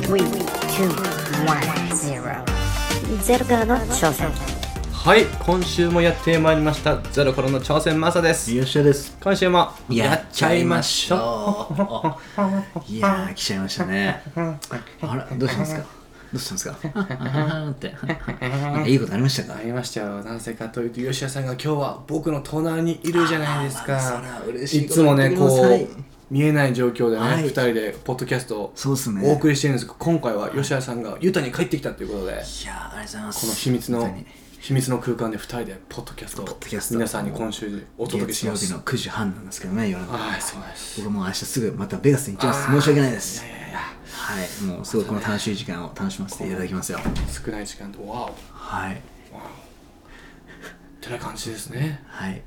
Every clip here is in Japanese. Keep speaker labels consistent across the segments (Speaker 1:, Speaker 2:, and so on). Speaker 1: three, two, one, zero. ゼロからの挑戦。
Speaker 2: はい今週もやってまいりましたゼロからの挑戦マサです
Speaker 3: よっしゃです
Speaker 2: 今週もょ
Speaker 3: ょう いやー来ちゃいました ねあらどうしたんですかどうしたんですかあーってなん かいいことありましたか
Speaker 4: ありましたよなぜかというと吉田さんが今日は僕の隣にいるじゃないですか
Speaker 3: あまあそら嬉しい
Speaker 4: つもね
Speaker 3: こと
Speaker 4: こ
Speaker 3: 言ってくださいう
Speaker 4: 見えない状況でね、
Speaker 3: はい
Speaker 4: 2人でポッドキャストを
Speaker 3: そうっすね
Speaker 4: お送りしてるんですけど今回は吉田さんがユタに帰ってきたということで
Speaker 3: いやーありがとうございます
Speaker 4: この秘密の
Speaker 3: 本当に
Speaker 4: 秘密の空間で2人でポッドキャスト
Speaker 3: ポ
Speaker 4: を
Speaker 3: ッドキャスト
Speaker 4: 皆さんに今週お届けし
Speaker 3: 月曜
Speaker 4: ま
Speaker 3: 日
Speaker 4: す
Speaker 3: の9時半なんですけどね夜の
Speaker 4: はいそうです
Speaker 3: 僕もう明日すぐまたベガスに行きます申し訳ないですはいもうすごいこの楽しい時間を楽しませていただきますよ
Speaker 4: 少ない時間でわおっ
Speaker 3: はい
Speaker 4: てな感じですね
Speaker 3: はい
Speaker 4: はい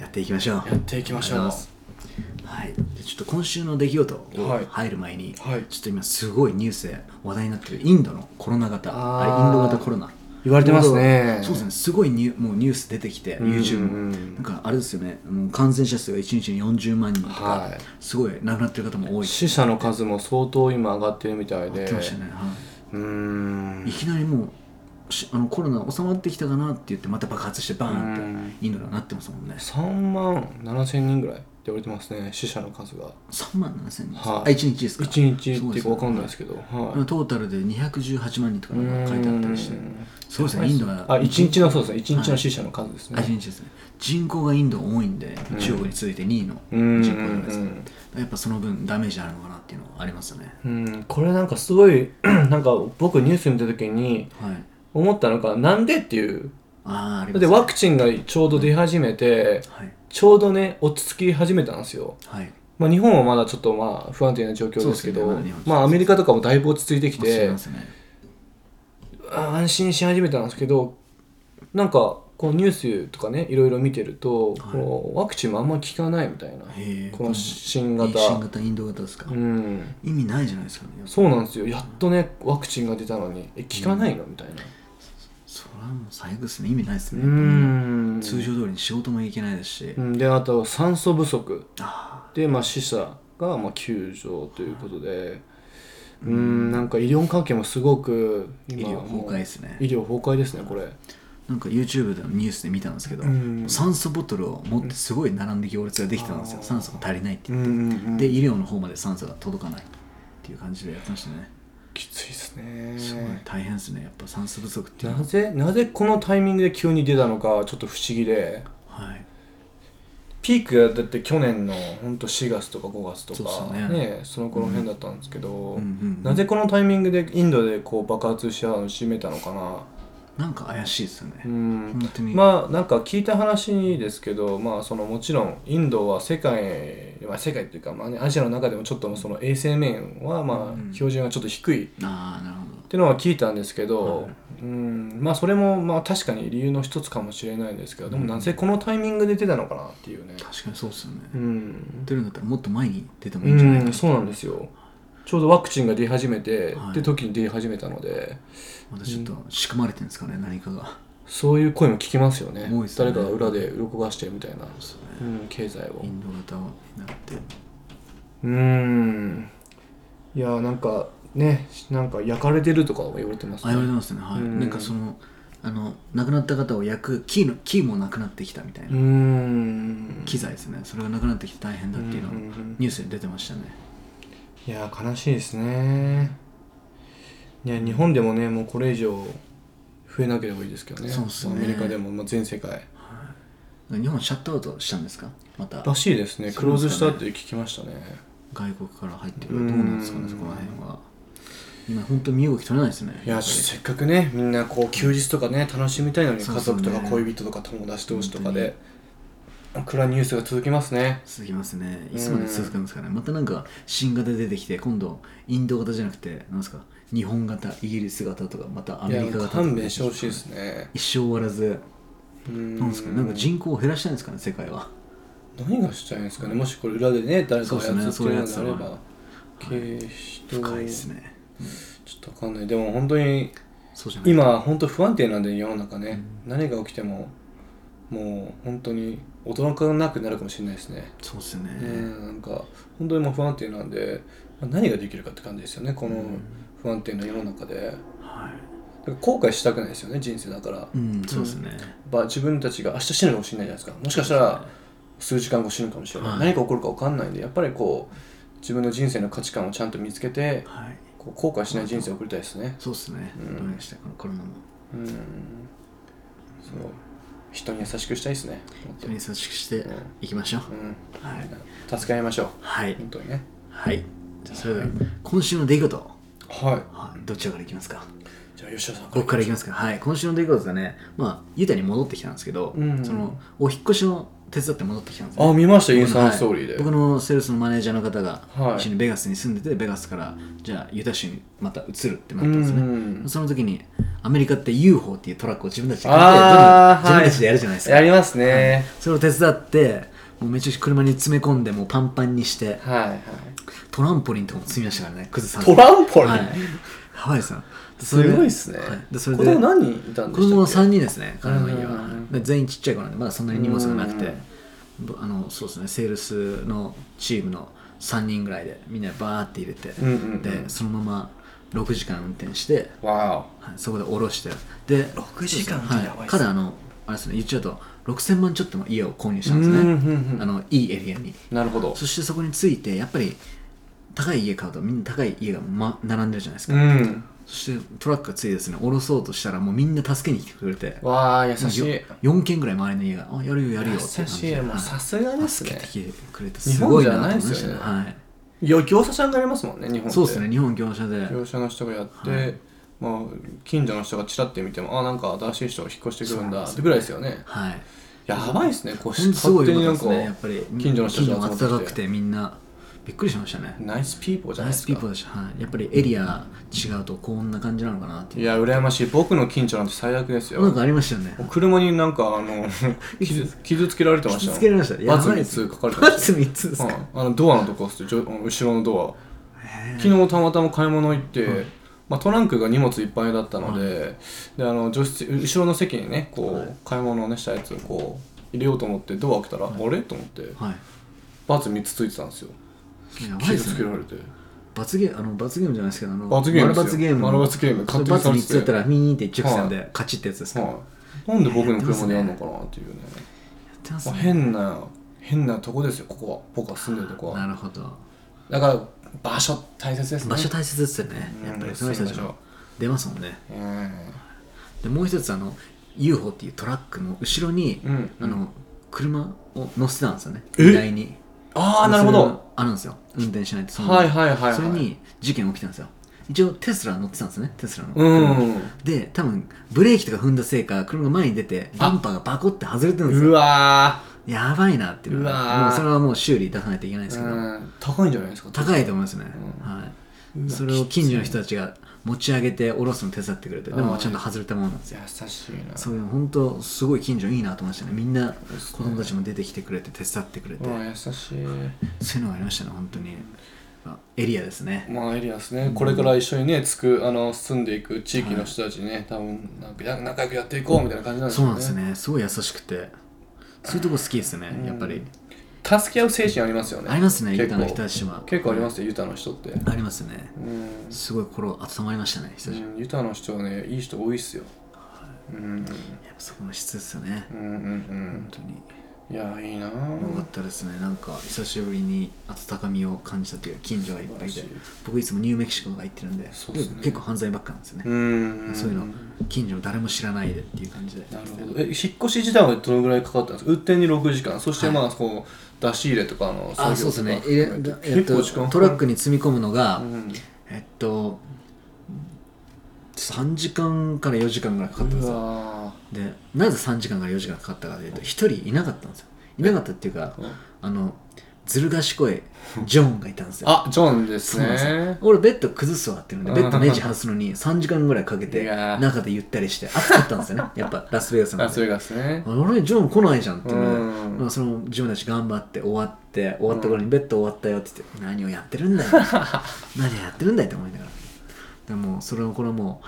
Speaker 3: やっていきましょう
Speaker 4: やっていきましょう
Speaker 3: あのはい、でちょっと今週の出来事
Speaker 4: は
Speaker 3: を
Speaker 4: い
Speaker 3: 入る前に、
Speaker 4: はい
Speaker 3: ちょっと今すごいニュースで話題になってるインドのコロナ型
Speaker 4: あー
Speaker 3: あれインド型コロナ
Speaker 4: 言われてますね
Speaker 3: そうですねすごいニュもうニュース出てきて
Speaker 4: んうん
Speaker 3: YouTube もなんかあれですよねもう感染者数が1日に40万人とか、
Speaker 4: はい
Speaker 3: すごい亡くなってる方も多い
Speaker 4: 死者の数も相当今上がってるみたいで
Speaker 3: 言ってましたね、は
Speaker 4: うー
Speaker 3: い、い
Speaker 4: ん
Speaker 3: きなりもうしあのコロナ収まってきたかなって言ってまた爆発してバーンってインドではなってますもんね
Speaker 4: 3万7千人ぐらいって言われてますね死者の数が
Speaker 3: 3万7千人、
Speaker 4: はい
Speaker 3: あ1日ですか
Speaker 4: 1日
Speaker 3: そう
Speaker 4: っ
Speaker 3: で
Speaker 4: ていうか分
Speaker 3: すね
Speaker 4: かんないですけどはい
Speaker 3: トータルで218万人とかなんか書いてあったりして
Speaker 4: うーん
Speaker 3: そうですねインドは
Speaker 4: あ1日のそうですね1日の死者の数です
Speaker 3: あ一
Speaker 4: ね
Speaker 3: 日ですね人口がインド多いんで中国に続いて2位の
Speaker 4: うん
Speaker 3: 人口なんです
Speaker 4: う
Speaker 3: け
Speaker 4: ん
Speaker 3: どやっぱその分ダメージあるのかなっていうのはありますよね
Speaker 4: うんこれなんかすごい なんか僕ニュース見た時に
Speaker 3: はい
Speaker 4: 思ったのがなんでっていう
Speaker 3: ああ
Speaker 4: だっ
Speaker 3: ありま
Speaker 4: て
Speaker 3: す
Speaker 4: ワクチンがちょうど出始めて
Speaker 3: はい
Speaker 4: ちょうどね落ち着き始めたんですよ
Speaker 3: はい
Speaker 4: まあ、日本はまだちょっとまあ不安定な状況ですけど
Speaker 3: そうですねまだ日本
Speaker 4: まあ、アメリカとかもだいぶ落ち着いてき
Speaker 3: 落ち着き
Speaker 4: て
Speaker 3: ますよね
Speaker 4: あ安心し始めたんですけどなんかこうニュースとかねいろいろ見てると、こうワクチンもあんま効かないみたいな
Speaker 3: へえ
Speaker 4: この新
Speaker 3: いい
Speaker 4: 型
Speaker 3: 新型インド型ですか
Speaker 4: うん
Speaker 3: 意味ないじゃないですかね
Speaker 4: そうなんですよやっとねワクチンが出たのにえ効かないのみたいな
Speaker 3: それはもう最悪ですね意味ないです
Speaker 4: う
Speaker 3: ね
Speaker 4: ん
Speaker 3: 通常通りに仕事も行けないですし
Speaker 4: うんであと酸素不足
Speaker 3: あ
Speaker 4: で、まあ、死者がまあ急増ということでうんなんか医療関係もすごく
Speaker 3: 医療
Speaker 4: 今
Speaker 3: 崩壊ですね
Speaker 4: 医療崩壊ですねこれ
Speaker 3: なんか YouTube でのニュースで見たんですけど、
Speaker 4: ん
Speaker 3: 酸素ボトルを持ってすごい並んで行列ができたんですよ、酸素が足りないって
Speaker 4: う
Speaker 3: 言
Speaker 4: ん
Speaker 3: っ
Speaker 4: う
Speaker 3: て、
Speaker 4: んうん
Speaker 3: で医療の方まで酸素が届かないっていう感じでやってましたね、
Speaker 4: きついですね
Speaker 3: すごい大変ですねやっぱ酸素不足っていうの
Speaker 4: な
Speaker 3: は、
Speaker 4: ぜなぜこのタイミングで急に出たのかちょっと不思議で
Speaker 3: はい、
Speaker 4: ピークがだって去年のほんと4月とか5月と
Speaker 3: そ
Speaker 4: か
Speaker 3: うですよね
Speaker 4: ねそのこの辺だったんですけど、
Speaker 3: うんうん
Speaker 4: なぜこのタイミングでインドでこう爆発し始めたのかな
Speaker 3: なんか怪しいですよね、
Speaker 4: うん
Speaker 3: 本当に、
Speaker 4: まあなんか聞いた話ですけど、まあ、そのもちろんインドは世界、まあ、世界っていうか、まあね、アジアの中でもちょっとその衛生面はまあ標準がちょっと低いっ
Speaker 3: ああなるほど
Speaker 4: ていうのは聞いたんですけど、うんまあ、それもまあ確かに理由の一つかもしれないですけどでもなぜこのタイミングで出たのかなっていうね。
Speaker 3: 確かにそうですよね、
Speaker 4: うん
Speaker 3: 出るんだったらもっと前に出てもいいんじゃないか
Speaker 4: うん、そうなんですよちょうどワクチンが出始めて、
Speaker 3: はい
Speaker 4: って時に出始めたので
Speaker 3: またちょっと仕組まれてるんですかね何かが
Speaker 4: そういう声も聞きますよね
Speaker 3: 多いですね
Speaker 4: 誰かが裏で動かしてるみたいな、
Speaker 3: そうっ
Speaker 4: う
Speaker 3: すね
Speaker 4: ん、経済を
Speaker 3: インド型になって
Speaker 4: うーんいやーなんかねなんか焼かれてるとかは言われてます
Speaker 3: あ
Speaker 4: ね
Speaker 3: 言われてますねはい、
Speaker 4: うん
Speaker 3: なんかそのあの亡くなった方を焼く木の木もなくなってきたみたい
Speaker 4: う
Speaker 3: な、
Speaker 4: ーん
Speaker 3: 機材ですねそれがなくなってきて大変だっていうのが
Speaker 4: うんうんうん
Speaker 3: ニュースに出てましたね
Speaker 4: いやー悲しいですねいや日本でもねもうこれ以上増えなければいいですけどね
Speaker 3: そうっすね
Speaker 4: アメリカでも、まあ、全世界
Speaker 3: 日本シャットアウトしたんですかまた
Speaker 4: らしいですねクローズしたって聞きましたね
Speaker 3: 外国から入ってくるどうなんですか
Speaker 4: うん
Speaker 3: ねそこら辺は今本当に身動き取れないですね
Speaker 4: いや
Speaker 3: っぱ
Speaker 4: ち
Speaker 3: り
Speaker 4: ょっとせっかくねみんなこう休日とかね楽しみたいのに
Speaker 3: そう
Speaker 4: 家
Speaker 3: っすね
Speaker 4: 族とか恋人とか友達同士とかで暗いニュースが続きますね
Speaker 3: 続きますねいつまで続くんですかね、またなんか新型出てきて今度インド型じゃなくてなんですか日本型イギリス型とかまたア
Speaker 4: い
Speaker 3: メ
Speaker 4: や
Speaker 3: リカ型とか
Speaker 4: 勘弁してほしいですね
Speaker 3: 一生終わらず
Speaker 4: うん
Speaker 3: なんですかねなんか人口を減らしたいんですかね世界は
Speaker 4: 何がしたいんですかねもしこれ裏でね誰か
Speaker 3: そう
Speaker 4: が
Speaker 3: で
Speaker 4: や
Speaker 3: すね
Speaker 4: ってるのであ
Speaker 3: そう
Speaker 4: れ
Speaker 3: いうやつ
Speaker 4: ば
Speaker 3: は
Speaker 4: 警視と
Speaker 3: 深いですね
Speaker 4: ちょっとわかんないでも本当に
Speaker 3: そうじゃない
Speaker 4: 今本当不安定なんで世の中ね、何が起きてももう本当に驚かなくなるかもしれないですね、
Speaker 3: そうですね、
Speaker 4: うんなんか本当にもう不安定なんでまあ何ができるかって感じですよねこの不安定な世の中でだ
Speaker 3: は
Speaker 4: から後悔したくないですよね人生だから、
Speaker 3: い。うん、そうですね。
Speaker 4: まあ、自分たちが明日死ぬかもしれないじゃないですかもしかしたら数時間後死ぬかもしれない、
Speaker 3: はい
Speaker 4: 何が起こるか分かんないんでやっぱりこう自分の人生の価値観をちゃんと見つけて
Speaker 3: はい。
Speaker 4: こう後悔しない人生を送りたいですね
Speaker 3: そうですね。
Speaker 4: うん
Speaker 3: どうでしたこのコロナも。
Speaker 4: うんそう人に優しくしたいですねもっと
Speaker 3: 人に優しくしていきましょう。
Speaker 4: う
Speaker 3: はい。
Speaker 4: ん助け合いましょう
Speaker 3: はい。
Speaker 4: 本当にね
Speaker 3: はい。じゃあそれでは、今週の出来事。
Speaker 4: はい
Speaker 3: はいどちらからいきますか
Speaker 4: じゃあ吉田さん
Speaker 3: 僕からいきますか。はい。今週の出来事がね、まあ、ユタに戻ってきたんですけど、
Speaker 4: うん
Speaker 3: その、お引っ越しの手伝って戻ってきたんですね
Speaker 4: あ見ましたイン
Speaker 3: 僕
Speaker 4: ス
Speaker 3: の
Speaker 4: タのストーリーで、
Speaker 3: はい僕のセールスのマネージャーの方が、
Speaker 4: はい
Speaker 3: 一緒にベガスに住んでてベガスからじゃあユタ州にまた移るってなっ
Speaker 4: う
Speaker 3: た
Speaker 4: ん
Speaker 3: ん
Speaker 4: う
Speaker 3: ですね、
Speaker 4: ん
Speaker 3: その時にアメリカって UFO っていうトラックを自分たちで
Speaker 4: あー
Speaker 3: 買
Speaker 4: はい
Speaker 3: って全部自分たちでやるじゃないですか、
Speaker 4: やりますね、
Speaker 3: それを手伝ってもうめちゃくちゃ車に詰め込んでもうパンパンにして
Speaker 4: はいはい
Speaker 3: トランポリンとかも積みましたからねクズさん
Speaker 4: トランポリン、
Speaker 3: はいハワイさん
Speaker 4: すごいっすね、
Speaker 3: はいでそ
Speaker 4: 子
Speaker 3: れで
Speaker 4: 供何人いたんで
Speaker 3: 子供は
Speaker 4: したっ
Speaker 3: 3人ですね彼の家
Speaker 4: うん
Speaker 3: はで全員ちっちゃい子なんでまだそんなに荷物がなく
Speaker 4: う
Speaker 3: てぼあのそうですねセールスのチームの3人ぐらいでみんなバーって入れて、
Speaker 4: けうんうんうん
Speaker 3: でそのまま6時間運転して、
Speaker 4: わ
Speaker 3: はいそこで降ろしてで
Speaker 5: 6時間って
Speaker 3: そうですね
Speaker 5: やばいっすね
Speaker 3: 彼あのあれですね言っちゃうと6000万ちょっとの家を購入した
Speaker 4: お
Speaker 3: んです
Speaker 4: うん
Speaker 3: ね
Speaker 4: うんうん
Speaker 3: あのいいエリアに
Speaker 4: なるほど
Speaker 3: そしてそこに着いてやっぱり高い家買うとみんな高い家が、ま、並んでるじゃないですか、
Speaker 4: うん
Speaker 3: そしてトラックがついてですね降ろそうとしたらもうみんな助けに来てくれて
Speaker 4: わあ優しい
Speaker 3: 4軒ぐらい周りの家が「あやるよやるよ」
Speaker 4: 優
Speaker 3: って感じ
Speaker 4: し
Speaker 3: で
Speaker 4: いもうさすが
Speaker 3: は
Speaker 4: で
Speaker 3: い
Speaker 4: す
Speaker 3: 助
Speaker 4: ね
Speaker 3: けてきてくれて
Speaker 4: 日
Speaker 3: す
Speaker 4: 本
Speaker 3: ごい
Speaker 4: じゃ
Speaker 3: なと
Speaker 4: ない
Speaker 3: 思い
Speaker 4: で
Speaker 3: ます
Speaker 4: よね
Speaker 3: したねはい
Speaker 4: や業者さんがありますもんね日本って
Speaker 3: そうですね日本業者で
Speaker 4: 業者の人がやって、まあ、近所の人がちらって見てもあなんか新しい人が引っ越してくるんだってぐらいですよね
Speaker 3: はい
Speaker 4: やばいですねこう
Speaker 3: ほんとすご
Speaker 4: 勝
Speaker 3: い
Speaker 4: 手
Speaker 3: 良
Speaker 4: に
Speaker 3: か
Speaker 4: な
Speaker 3: った
Speaker 4: ん
Speaker 3: です
Speaker 4: か、
Speaker 3: ねやっぱり
Speaker 4: 近所の人たちが集まってきて
Speaker 3: 近所が暖かくてみんなびっくりしましたね
Speaker 4: ナイスピーポーじゃ
Speaker 3: ナ
Speaker 4: ない
Speaker 3: イ
Speaker 4: で
Speaker 3: ス
Speaker 4: す
Speaker 3: ピーポ
Speaker 4: か
Speaker 3: ーでしたはいやっぱりエリア違うとこんな感じなのかなって
Speaker 4: い
Speaker 3: いう
Speaker 4: や羨ましい僕の近所なんて最悪ですよ
Speaker 3: なんかありましたよね
Speaker 4: 車になんかあ の傷傷つけられてました
Speaker 3: 傷
Speaker 4: よ
Speaker 3: つけられましたや
Speaker 4: バツ
Speaker 3: ばい
Speaker 4: 3
Speaker 3: です
Speaker 4: つ
Speaker 3: ね
Speaker 4: 書かれてま
Speaker 3: バ
Speaker 4: し
Speaker 3: ツ3つです
Speaker 4: た、
Speaker 3: か
Speaker 4: はいあのドアのとこっすよじょ後ろのドア昨日たまたま買い物行って、まあ、トランクが荷物いっぱいだったので,、であの助手席後ろの席にねこう、買い物を、ね、したやつをこう入れようと思ってドア開けたら、あれと思って
Speaker 3: はい
Speaker 4: バツ3つついてたんですよ
Speaker 3: やばいで
Speaker 4: 傷つ
Speaker 3: す
Speaker 4: け
Speaker 3: ね
Speaker 4: られて
Speaker 3: 罰ゲームあの罰ゲームじゃないですけどあの
Speaker 4: 罰ゲームですよ
Speaker 3: 丸罰ゲーム
Speaker 4: 丸罰ゲーム勝手にされてて
Speaker 3: 罰につやったらミーンって一直線で勝ちってやつですか、や
Speaker 4: はい、なんで僕の車でやるのかなっていうね
Speaker 3: ってます
Speaker 4: まあ、
Speaker 3: ね
Speaker 4: 変な変なとこですよここは僕が住んでるとこ
Speaker 3: な
Speaker 4: は
Speaker 3: るほど
Speaker 4: だから場所大切ですね
Speaker 3: 場所大切ですよね
Speaker 4: うん
Speaker 3: やっぱりその人たち
Speaker 4: そういう場所
Speaker 3: も出ますもんね
Speaker 4: うん
Speaker 3: でもう一つあの UFO っていうトラックの後ろに、
Speaker 4: うん
Speaker 3: あの車を乗せてたんですよね
Speaker 4: え
Speaker 3: 荷台に
Speaker 4: ああなるほ
Speaker 3: それが
Speaker 4: ど
Speaker 3: あるんですよ運転しないとその
Speaker 4: はいはいはいはい
Speaker 3: それに事件起きたんですよ一応テスラ乗ってたんですねテスラの、
Speaker 4: うん
Speaker 3: で多分ブレーキとか踏んだせいか車が前に出てバンパーがバコって外れてるんですよ
Speaker 4: うわ
Speaker 3: やばいなっていうの
Speaker 4: うわ
Speaker 3: は
Speaker 4: ー
Speaker 3: もうそれはもう修理出さないといけない
Speaker 4: ー
Speaker 3: ですけ
Speaker 4: う
Speaker 3: ど、
Speaker 4: ん高いんじゃないですか
Speaker 3: 高いと思いますね、
Speaker 4: うん
Speaker 3: はいそれを近所の人たちが持ち上げて下ろすの手伝ってくれてでもちゃんと外れたものなんですよ
Speaker 4: 優しいな
Speaker 3: そういう本当すごい近所いいなと思いましたねみんな子供たちも出てきてくれて手伝ってくれて、
Speaker 4: うん優しい
Speaker 3: そういうのがありましたね本当にあエリアですね
Speaker 4: まあエリアですねこれから一緒にねつくあの住んでいく地域の人たちね多分なんかや仲良くやっていこうみたいな感じなんです
Speaker 3: そう
Speaker 4: よ
Speaker 3: なん
Speaker 4: ね
Speaker 3: ですねすごい優しくてそういうとこ好きですね、やっぱり
Speaker 4: 助け合う精神ありますよね
Speaker 3: ありますね
Speaker 4: 結
Speaker 3: ユ
Speaker 4: 構
Speaker 3: タの人たちは
Speaker 4: 結構ありますよユタの人って
Speaker 3: ありますね
Speaker 4: うん
Speaker 3: すごい心温まりましたね人たち、
Speaker 4: うんユタの人はねいい人多いっすようん
Speaker 3: やっぱそこの質ですよね、
Speaker 4: うんうんうん
Speaker 3: 本当に
Speaker 4: いやいいな
Speaker 3: よかったですねなんか久しぶりに温かみを感じたというか近所がいっぱいで僕いつもニューメキシコとか行ってるんで
Speaker 4: そうですね
Speaker 3: 結構犯罪ばっかなんですよね、
Speaker 4: うん
Speaker 3: そういうの近所の誰も知らないでっていう感じで
Speaker 4: なるほどえ引っ越し自体はどのぐらいかかったんですか運転に6時間そしてまあこう出し入れとかの
Speaker 3: あ
Speaker 4: 作
Speaker 3: そう
Speaker 4: 業
Speaker 3: です
Speaker 4: と
Speaker 3: ね
Speaker 4: か含め
Speaker 3: え
Speaker 4: て
Speaker 3: えっ
Speaker 4: 結構
Speaker 3: と
Speaker 4: 時間
Speaker 3: トラッ
Speaker 4: かか
Speaker 3: クに積み込むのが、
Speaker 4: るうん
Speaker 3: えっと3時間から4時間ぐらいかかったんで
Speaker 4: う
Speaker 3: すよ
Speaker 4: わ
Speaker 3: でなぜ3時間から4時間かかったかというと1人いなかったんですよいなかったっていうか、
Speaker 4: うん
Speaker 3: あのずる賢いジョンがいたんですよ
Speaker 4: あジョンです
Speaker 3: そうなんですよ
Speaker 4: ね
Speaker 3: 俺ベッド崩すわっていうのでベッドネジ外すのに3時間ぐらいかけ
Speaker 4: い
Speaker 3: て
Speaker 4: やー
Speaker 3: 中でゆったりして暑かったんです よねやっぱラスベガスな
Speaker 4: ラ
Speaker 3: ん
Speaker 4: ス
Speaker 3: で
Speaker 4: ベガスね
Speaker 3: あれジョン来ないじゃんっていううの
Speaker 4: ん
Speaker 3: でまあその自分たち頑張って終わって終わった頃にベッド終わったよって言って何をやってる んだよ何をやってるんだよって思いながらでもそれをこれも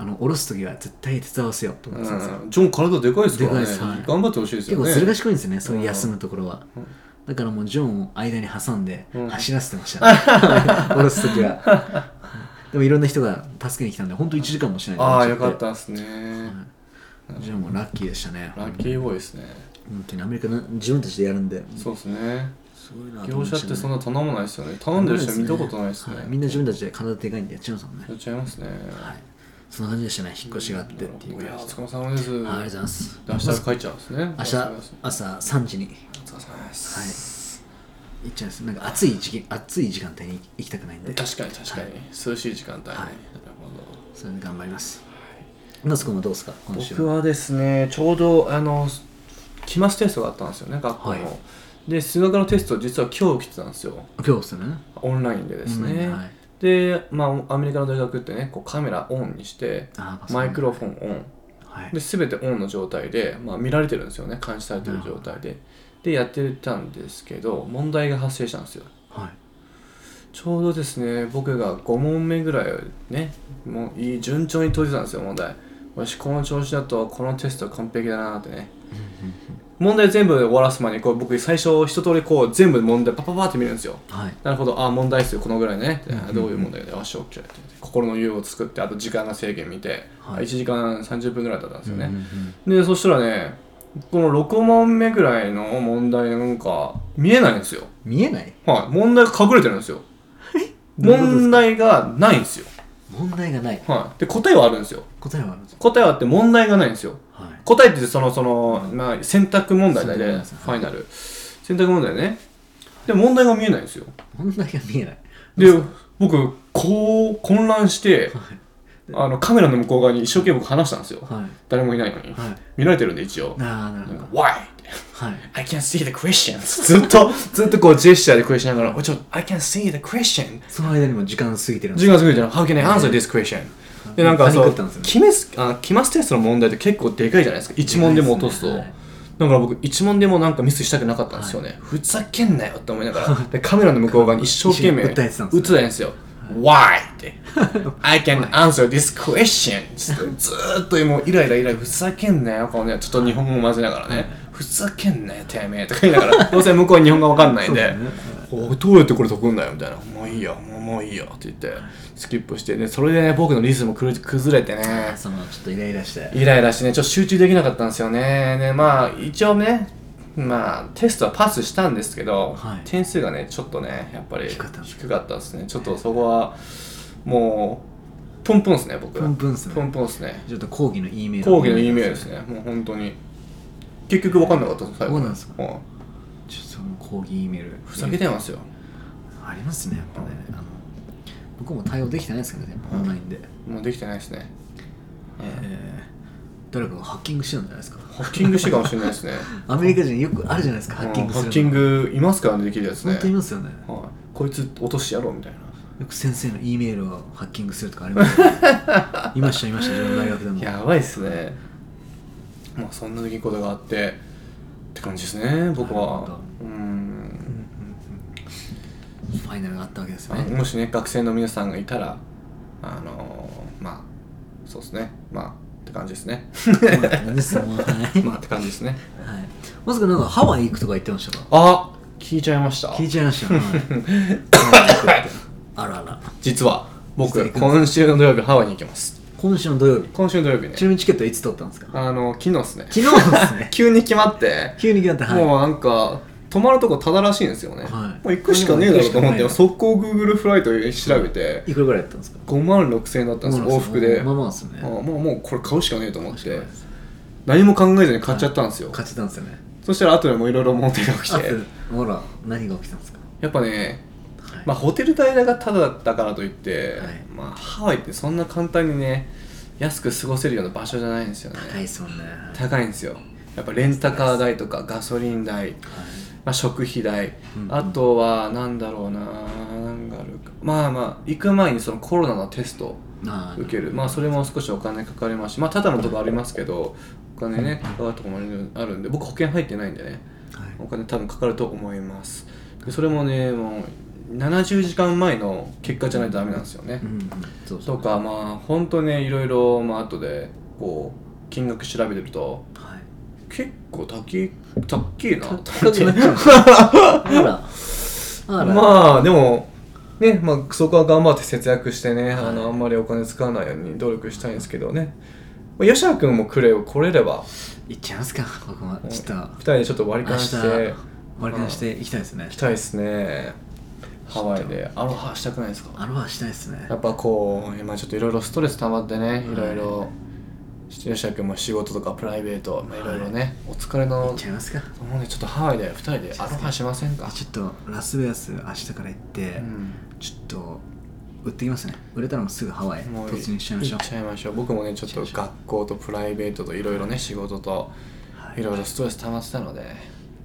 Speaker 3: うあの下ろす時は絶対手伝わせよと思
Speaker 4: う
Speaker 3: ってたんですよ
Speaker 4: んジョン体でかいですから
Speaker 3: で
Speaker 4: ね
Speaker 3: かいですはい
Speaker 4: 頑張ってほしいです
Speaker 3: 結
Speaker 4: よ
Speaker 3: 構
Speaker 4: ね
Speaker 3: ずる賢いんですよねそういう休むところはだからもうジョンを間に挟んで
Speaker 4: うん
Speaker 3: 走らせてましたね下ろす時はでもいろんな人が助けに来たんで、本当1時間もしないで
Speaker 4: ああ
Speaker 3: 終
Speaker 4: よか
Speaker 3: わ
Speaker 4: っ
Speaker 3: ちゃ
Speaker 4: たですね
Speaker 3: て。じゃあもうラッキーでしたね。
Speaker 4: ラッキーボーイですね
Speaker 3: 本当にアメリカの自分たちでやるんで、
Speaker 4: そうですね
Speaker 3: すごいなと思
Speaker 4: 業
Speaker 3: いま
Speaker 4: 者
Speaker 3: し
Speaker 4: った
Speaker 3: ね
Speaker 4: てそんな頼まないですよね頼んでる人見たことないですね
Speaker 3: はみんな自分たちで体でかいんでやっちゃいますもんね
Speaker 4: や。っちゃいますね
Speaker 3: はい。そんな感じでしたね。引っ越しがあってっていう
Speaker 4: い
Speaker 3: 感
Speaker 4: やお
Speaker 3: じ
Speaker 4: 疲
Speaker 3: で
Speaker 4: れ様です
Speaker 3: あありがとうございます。
Speaker 4: で明日帰っちゃうんですね
Speaker 3: 明日朝3時に、はい、
Speaker 4: お疲れ様です
Speaker 3: 行っちゃうんです。なんか暑い時期、暑い時間帯に行きたくないんで、
Speaker 4: 確かに確かに、涼しい時間帯ね、
Speaker 3: はい
Speaker 4: なるほど
Speaker 3: それで頑張ります。ナス君はどうですか今週
Speaker 4: 僕はですねちょうどあの期末テストがあったんですよね学校の、
Speaker 3: はい
Speaker 4: で数学のテスト実は今日来てたんですよ
Speaker 3: 今日ですよね。
Speaker 4: オンラインでですね、
Speaker 3: うんはい
Speaker 4: で、まあ、アメリカの大学ってねこうカメラオンにして
Speaker 3: あーパソコン
Speaker 4: マイクロフォンオン
Speaker 3: はい
Speaker 4: で。全てオンの状態で、まあ、見られてるんですよね監視されてる状態ででやってたんですけど問題が発生したんですよ
Speaker 3: はい。
Speaker 4: ちょうどですね僕が5問目ぐらいをねもういい順調に解いてたんですよ問題よしこの調子だとこのテスト完璧だなってね問題全部終わらす前にこう僕最初一通りこう全部問題パパパって見るんですよ
Speaker 3: はい。
Speaker 4: なるほどあ問題数このぐらいね、
Speaker 3: んうんうん
Speaker 4: どういう問題でよし OK って心の湯を作ってあと時間が制限見て、
Speaker 3: はい
Speaker 4: 1時間30分ぐらいだったんですよね、
Speaker 3: うんうんうん
Speaker 4: でそしたらねこの6問目ぐらいの問題なんか見えないんですよ
Speaker 3: 見えない
Speaker 4: はい問題が隠れてるんです よ
Speaker 3: どういうことですか
Speaker 4: 問題がないんですよ、
Speaker 3: 問題がない。
Speaker 4: はい、で答えはあるんですよ
Speaker 3: 答えはあるんですか
Speaker 4: 答えはあって問題がないんですよ
Speaker 3: はい。
Speaker 4: 答えってそのその、まあ、選択問題で、
Speaker 3: 選択問題です
Speaker 4: ファイナル選択問題ねで問題が見えないんですよ
Speaker 3: 問題が見えない。
Speaker 4: で僕こう混乱してあのカメラの向こう側に一生懸命僕話したんですよ
Speaker 3: はい。
Speaker 4: 誰もいないのに
Speaker 3: はい。
Speaker 4: 見られてるんで一応
Speaker 3: なあ、なるほど。
Speaker 4: 「Why?」
Speaker 3: はい。
Speaker 4: I can see the questions ずっとずっとこうジェスチャーでクエスチョンしながらおいちょっと I can see the question
Speaker 3: その間にも時間過ぎてるんで
Speaker 4: 授業すぎてる How can I answer this question でなんか
Speaker 3: パニ
Speaker 4: そ
Speaker 3: ック
Speaker 4: う
Speaker 3: ったんですよね
Speaker 4: 決めすあ期末テストの問題って結構でかいじゃないですか1問でも落とすと、
Speaker 3: でかいですね
Speaker 4: だから僕1問でもなんかミスしたくなかったんですよね、ふざけんなよって思いながらでカメラの向こう側に一生懸命
Speaker 3: 一緒に訴えてたんですね
Speaker 4: 訴えんですよ Why? って I can answer this question つってずーっともうイライライライラふざけんなよこのねちょっと日本語も混ぜながらねふざけんなよてめえとか言いながらどうせ向こうに日本語わかんないんでおいどうやってこれ解くんだよみたいなもういいよもうもういいよって言ってスキップしてねそれでね僕のリズムくる崩れてね
Speaker 3: そのちょっとイライラして。
Speaker 4: イライラしてね、ちょっと集中できなかったんですよね。で、まあ、一応ね、まあ、テストはパスしたんですけど、
Speaker 3: はい
Speaker 4: 点数がね、ちょっとね、やっぱり
Speaker 3: 低かった
Speaker 4: 低かったですね。ちょっとそこは、もう、ポンポンですね、僕。
Speaker 3: ポンポンっすね
Speaker 4: ポンポンですね。
Speaker 3: ちょっと講義の E メール。
Speaker 4: 講義の E メールですね、もう本当に。結局分かんなかったです、最後
Speaker 3: そうなんですか
Speaker 4: うん
Speaker 3: ちょっとその講義 E メール。
Speaker 4: ふざけてますよ。
Speaker 3: ありますね、やっぱね。あの僕も対応できてないですからね、やっぱオンラインで。
Speaker 4: もうできてない ですね。
Speaker 3: えー誰かがハッキングしてるんじゃないですか。
Speaker 4: ハッキングしてかもしれないですね。
Speaker 3: アメリカ人よくあるじゃないですか、ハッキングす
Speaker 4: うん
Speaker 3: るの。
Speaker 4: ハッキングいますからね、できるやつね。
Speaker 3: 本当いますよね。
Speaker 4: はいこいつ落としてやろうみたいな。
Speaker 3: よく先生の E メールをハッキングするとかありますよ ね。いました、いました、自分の大学でも。
Speaker 4: やばいっすねまあそんな出来事があってって感じですね僕
Speaker 3: なるほ
Speaker 4: は
Speaker 3: ど
Speaker 4: うん
Speaker 3: ファイナルがあったわけですよ
Speaker 4: あ
Speaker 3: ね。
Speaker 4: もしね学生の皆さんがいたらあのーまあそうですねまあって感じです ね
Speaker 3: 何ですもんはい。
Speaker 4: まあって感じですね
Speaker 3: はい。まさかなんかハワイ行くとか言ってましたか
Speaker 4: あ聞いちゃいました
Speaker 3: 聞いちゃいまし たよ。はいハワイ行くってあらあら。
Speaker 4: 実は
Speaker 3: 実は
Speaker 4: 僕
Speaker 3: 行くんです
Speaker 4: 今週の土曜日ハワイに行きます
Speaker 3: 今週の土曜日。
Speaker 4: 今週の土曜日ね
Speaker 3: ちなみにチケットはいつ取ったんですか
Speaker 4: あの昨日ですね。
Speaker 3: 昨日ですね
Speaker 4: 急に決まって
Speaker 3: 急に決まって、はい。
Speaker 4: もうなんか泊まるとこただらしいんですよね、
Speaker 3: はい
Speaker 4: もう行くしかねえだろうと思っ
Speaker 3: 行
Speaker 4: て
Speaker 3: くしか
Speaker 4: 速攻 Google フライトで調べて
Speaker 3: いくらぐらいだったんですか
Speaker 4: 5万6000円だったんですよ往復で、
Speaker 3: まあまあですよね。
Speaker 4: あもうもうこれ買うしかねえと思って
Speaker 3: 確かに
Speaker 4: 何も考えずに買っちゃったんですよ、
Speaker 3: 勝ちたんですよね。
Speaker 4: そしたら後でもいろいろ問題が起き
Speaker 3: あ
Speaker 4: て
Speaker 3: とほら、何が起きたんですか
Speaker 4: やっぱね
Speaker 3: はい
Speaker 4: まあホテル代がタダだったからといって、
Speaker 3: はい
Speaker 4: まあハワイってそんな簡単にね安く過ごせるような場所じゃないんですよね
Speaker 3: 高いですもんね。
Speaker 4: 高いんですよやっぱレンタカー代とかガソリン代、まあ、食費代、
Speaker 3: うんうん
Speaker 4: あとはなんだろうな何があるかまあまあ行く前にそのコロナのテスト
Speaker 3: まあ
Speaker 4: 受けるまあそれも少しお金かかりますしまあただのとこありますけどお金ねかかるとこもあるんで僕保険入ってないんでね
Speaker 3: はい
Speaker 4: お金多分かかると思いますでそれもねもう70時間前の結果じゃないとダメなんですよね
Speaker 3: うんうん、そうそ
Speaker 4: と
Speaker 3: う。
Speaker 4: かまあ本当ねいろいろまあ後でこう金額調べてると
Speaker 3: はい。
Speaker 4: 結構高き高っきいなと思っ
Speaker 3: 高く
Speaker 4: て
Speaker 3: なっちゃう。あら。あら。
Speaker 4: まあでもねまあ、そこは頑張って節約してね、あのあんまりお金使わないように努力したいんですけどね、まあ、吉原君もくれ来れれば
Speaker 3: いっちゃいますか僕もちょっと
Speaker 4: 2人でちょっと割り
Speaker 3: 明
Speaker 4: 勘
Speaker 3: 日
Speaker 4: して
Speaker 3: 割り勘していきたいですね
Speaker 4: 来たいですねハワイでアロハしたくないですか
Speaker 3: アロハしたいですね
Speaker 4: やっぱこう今ちょっといろいろストレス溜まってねいろいろ吉原君も仕事とかプライベートまあいろいろねお疲れ
Speaker 3: 行
Speaker 4: の
Speaker 3: っちゃいますか
Speaker 4: もうねちょっとハワイで2人でアロハしませんか
Speaker 3: ちょっとラスベガス明日から行って、
Speaker 4: うん
Speaker 3: ちょっと売ってきますね売れたらもうすぐハワイ
Speaker 4: もう
Speaker 3: 突入しちゃいましょう
Speaker 4: 行っちゃいましょう僕もねちょっと学校とプライベートといろいろね仕事といろいろストレス溜まってたので
Speaker 3: 行っ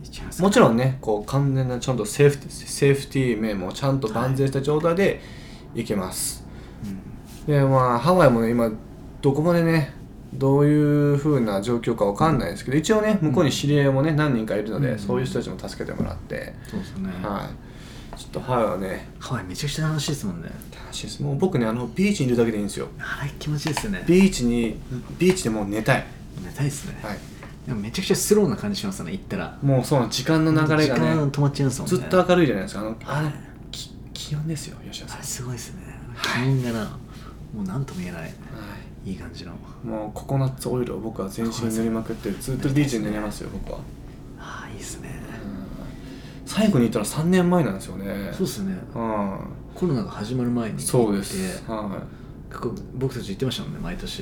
Speaker 3: ちゃいますか
Speaker 4: もちろんねこう完全なちゃんとセーフティセーフティー面もちゃんと万全した状態で行けます、でまあハワイもね今どこまでねどういう風な状況かわかんないですけど一応ね向こうに知り合いもね何人かいるので、そういう人たちも助けてもらって、
Speaker 3: そうですね、
Speaker 4: はいちょっとハワイはね
Speaker 3: ハワイめちゃくちゃ楽しいですもんね
Speaker 4: 楽しいですもう僕ねあのビーチにいるだけでいいんですよ
Speaker 3: あれ気持ちいいですよね
Speaker 4: ビーチにビーチでもう寝たい、
Speaker 3: 寝たいですね、
Speaker 4: はい、
Speaker 3: でもめちゃくちゃスローな感じしますよね行ったら
Speaker 4: もうその時間の流れが
Speaker 3: 時間
Speaker 4: ね
Speaker 3: 止まっちゃうんですもんね
Speaker 4: ずっと明るいじゃないですかあのあ
Speaker 3: は
Speaker 4: の
Speaker 3: い
Speaker 4: き気温ですよ吉田さん、
Speaker 3: あれ
Speaker 4: は
Speaker 3: すごいですね気温がな、もう何とも言えないいい感じの
Speaker 4: い、もうココナッツオイルを僕は全身塗りまくってずっとビーチに寝れますよ僕は
Speaker 3: ああいいですね、
Speaker 4: 最後に行ったら3年前なんですよね
Speaker 3: そうですね
Speaker 4: うん
Speaker 3: コロナが始まる前に
Speaker 4: そうです、は
Speaker 3: 結構僕たち行ってましたもんね毎年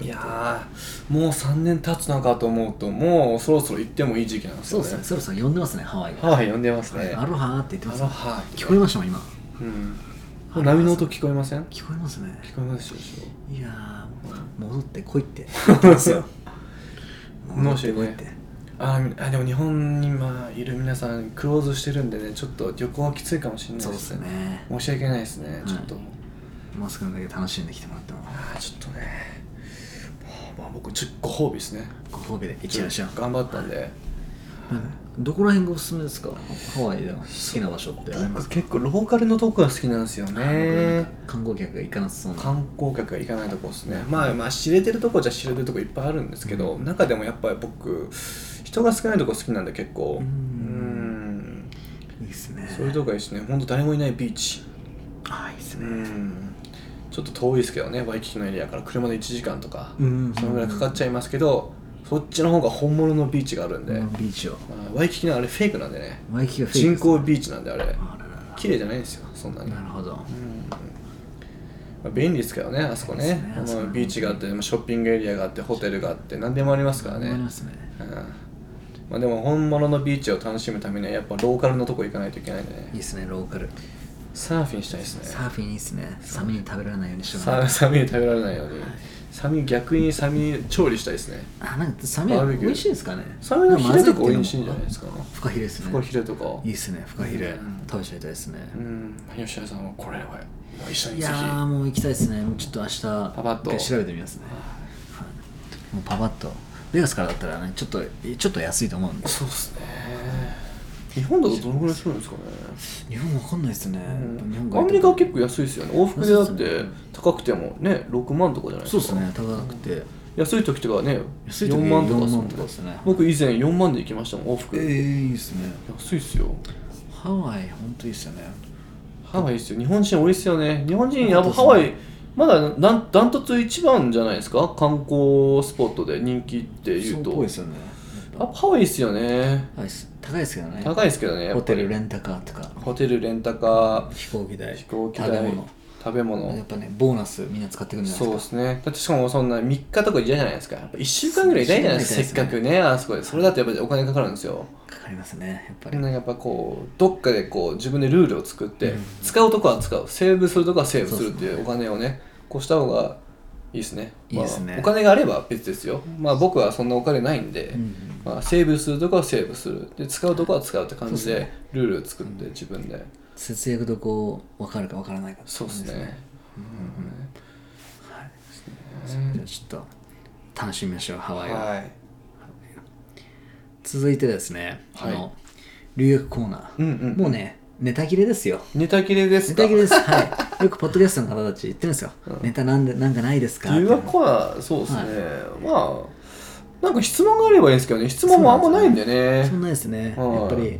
Speaker 4: い、いやーもう3年経つのかと思うともうそろそろ行ってもいい時期なんです
Speaker 3: そう
Speaker 4: よ
Speaker 3: で
Speaker 4: ね
Speaker 3: すねそろそろ呼んでますねハワイが
Speaker 4: ハワイ呼んでますね
Speaker 3: アロハーって言ってま
Speaker 4: ア
Speaker 3: す
Speaker 4: ロハー
Speaker 3: 聞こえましたもん今
Speaker 4: うんもう波の音聞こえません
Speaker 3: 聞こえますね
Speaker 4: 聞こえますでしょ
Speaker 3: いやー戻ってこいって言ってますよ戻
Speaker 4: も
Speaker 3: っ
Speaker 4: してね
Speaker 3: こいって
Speaker 4: あーあでも日本に今いる皆さんクローズしてるんでねちょっと旅行はきついかもしれない
Speaker 3: そう
Speaker 4: で
Speaker 3: ですすね
Speaker 4: 申し訳ないですね、ちょっと
Speaker 3: はいもう少しだけ楽しんできてもらっても
Speaker 4: あーちょっとねまあ、まあ、僕ちょっとご褒美ですね
Speaker 3: ご褒美で行っちゃいましょう
Speaker 4: 頑張ったんで
Speaker 3: どこら辺がおすすめですかハワイでの好きな場所ってあります
Speaker 4: 僕結構ローカルのとこが好きなんですよね
Speaker 3: 観光客が行かなさそうな
Speaker 4: 観光客が行かないとこですねまあまあ知れてるとこじゃ知れてるとこいっぱいあるんですけど、中でもやっぱり僕人が少ないとこ好きなんで結構
Speaker 3: うん
Speaker 4: うん
Speaker 3: いいっすね
Speaker 4: そういうとこがいいですねほんと誰もいないビーチ
Speaker 3: ああいいっす
Speaker 4: う
Speaker 3: ね
Speaker 4: んちょっと遠いですけどねワイキキのエリアから車で1時間とか、
Speaker 3: うん
Speaker 4: そのぐらいかかっちゃいますけど、そっちの方が本物のビーチがあるんで、
Speaker 3: このビーチを
Speaker 4: まあワイキキのあれフェイクなんでね
Speaker 3: ワイキキがフェイク
Speaker 4: 人
Speaker 3: です
Speaker 4: 工ビーチなんであれ
Speaker 3: あららら
Speaker 4: 綺麗じゃないんですよそんなに、
Speaker 3: なるほど
Speaker 4: まあ便利ですけどねあそこね
Speaker 3: そうですね
Speaker 4: あ
Speaker 3: あそこ
Speaker 4: の
Speaker 3: ね
Speaker 4: ビーチがあってまあショッピングエリアがあってホテルがあって何でもありますからね
Speaker 3: 思いますね
Speaker 4: うんまあ、でも本物のビーチを楽しむためにはやっぱローカルのとこ行かないといけないんでね
Speaker 3: いいっすねローカル
Speaker 4: サーフィンしたいですね
Speaker 3: サーフィンいいっすねサメに食べられないようにしよう
Speaker 4: ササメに食べられないようにサメ逆にサメに調理したいですね
Speaker 3: あなんかサメ
Speaker 4: バーベキュー
Speaker 3: 美味しいんですかね
Speaker 4: サメのヒレとか
Speaker 3: ま
Speaker 4: 美
Speaker 3: ずってうのも
Speaker 4: 味しいんじゃないですか
Speaker 3: フカヒレですね
Speaker 4: フカヒレとか
Speaker 3: いいっすねフカヒレ、
Speaker 4: うん
Speaker 3: 食べちゃいたいですね、
Speaker 4: うん吉田さんはこれはもう一緒
Speaker 3: い
Speaker 4: にぜ
Speaker 3: や
Speaker 4: ひ
Speaker 3: ーもう行きたいですねちょっと明日パ
Speaker 4: パッと
Speaker 3: 調べてみますね、はいもうパパッとベガスからだったらねちょっとちょっと安いと思うんで
Speaker 4: そうっすね日本だとどのぐらいするんですかね
Speaker 3: 日本わかんないですね、日本
Speaker 4: アメリカは結
Speaker 3: 構
Speaker 4: 構安いですよね往復でだっ
Speaker 3: 安い
Speaker 4: て
Speaker 3: っすね
Speaker 4: 高くてもね6万とかじゃないです
Speaker 3: そう
Speaker 4: か
Speaker 3: ですね高くて
Speaker 4: 安い時とかね
Speaker 3: 安い時
Speaker 4: 4万とか
Speaker 3: 4
Speaker 4: すもん
Speaker 3: 万とかですね
Speaker 4: 僕以前4万で行きましたもん往復
Speaker 3: ええいいですね
Speaker 4: 安いっすよ
Speaker 3: ハワイほんといいっすよね
Speaker 4: ハワイですよ。日本人多いですよね。日本人、やっぱハワイ、まだダンダントツ一番じゃないですか観光スポットで人気って
Speaker 3: そ
Speaker 4: いうう
Speaker 3: っぽい
Speaker 4: と
Speaker 3: で。すよね
Speaker 4: やっぱハワイですよね。
Speaker 3: 高いっす高いですけどね
Speaker 4: 高いですけどね。やっぱ
Speaker 3: ホテル
Speaker 4: り
Speaker 3: レンタカーとか
Speaker 4: ホテルレンタカー、
Speaker 3: 飛行機代
Speaker 4: 飛行機代、
Speaker 3: 食べ物
Speaker 4: 食べ物
Speaker 3: やっぱねボーナスみんな使ってくるんじゃな
Speaker 4: そ
Speaker 3: い
Speaker 4: う
Speaker 3: で
Speaker 4: ですす
Speaker 3: か
Speaker 4: ね。だってしかもそんな3日とか嫌じゃないですか。やっぱ1週間ぐらいいないじゃないですか、
Speaker 3: 一
Speaker 4: せ
Speaker 3: 週
Speaker 4: っ
Speaker 3: 間
Speaker 4: か
Speaker 3: いな
Speaker 4: く
Speaker 3: いですね
Speaker 4: ね。あそこで。それだとやっぱりお金かかるんですよ。
Speaker 3: かかりますねやっぱり、
Speaker 4: なんかやっぱこうどっかでこう自分でルールを作って、使うとこは使うセーブするとこはセーブするっていうお金をねこうした方がいいですね
Speaker 3: いいですね
Speaker 4: まあ、お金があれば別ですよまあ僕はそんなお金ないんで、
Speaker 3: ん
Speaker 4: まあ、セーブするとこはセーブするで使うとこは使うって感じでルールを作って自分で、
Speaker 3: 節約どこ分かるか分からないか
Speaker 4: そうですね
Speaker 3: じゃあちょっと楽しみましょうハワイを、
Speaker 4: はい
Speaker 3: 続いてですね、
Speaker 4: はい
Speaker 3: あの留学コーナー、
Speaker 4: うんうん
Speaker 3: もうねネタ切れですよ
Speaker 4: ネタ切れです
Speaker 3: ネ
Speaker 4: か
Speaker 3: タ切れですはいよくポッドキャストの方たち言ってるんですよ、ネタなんでなんかないですか
Speaker 4: 留学コーナーそうですね、まあなんか質問があればいいんですけどね質問もあんまないんでね
Speaker 3: そんなですね、
Speaker 4: はい
Speaker 3: やっぱり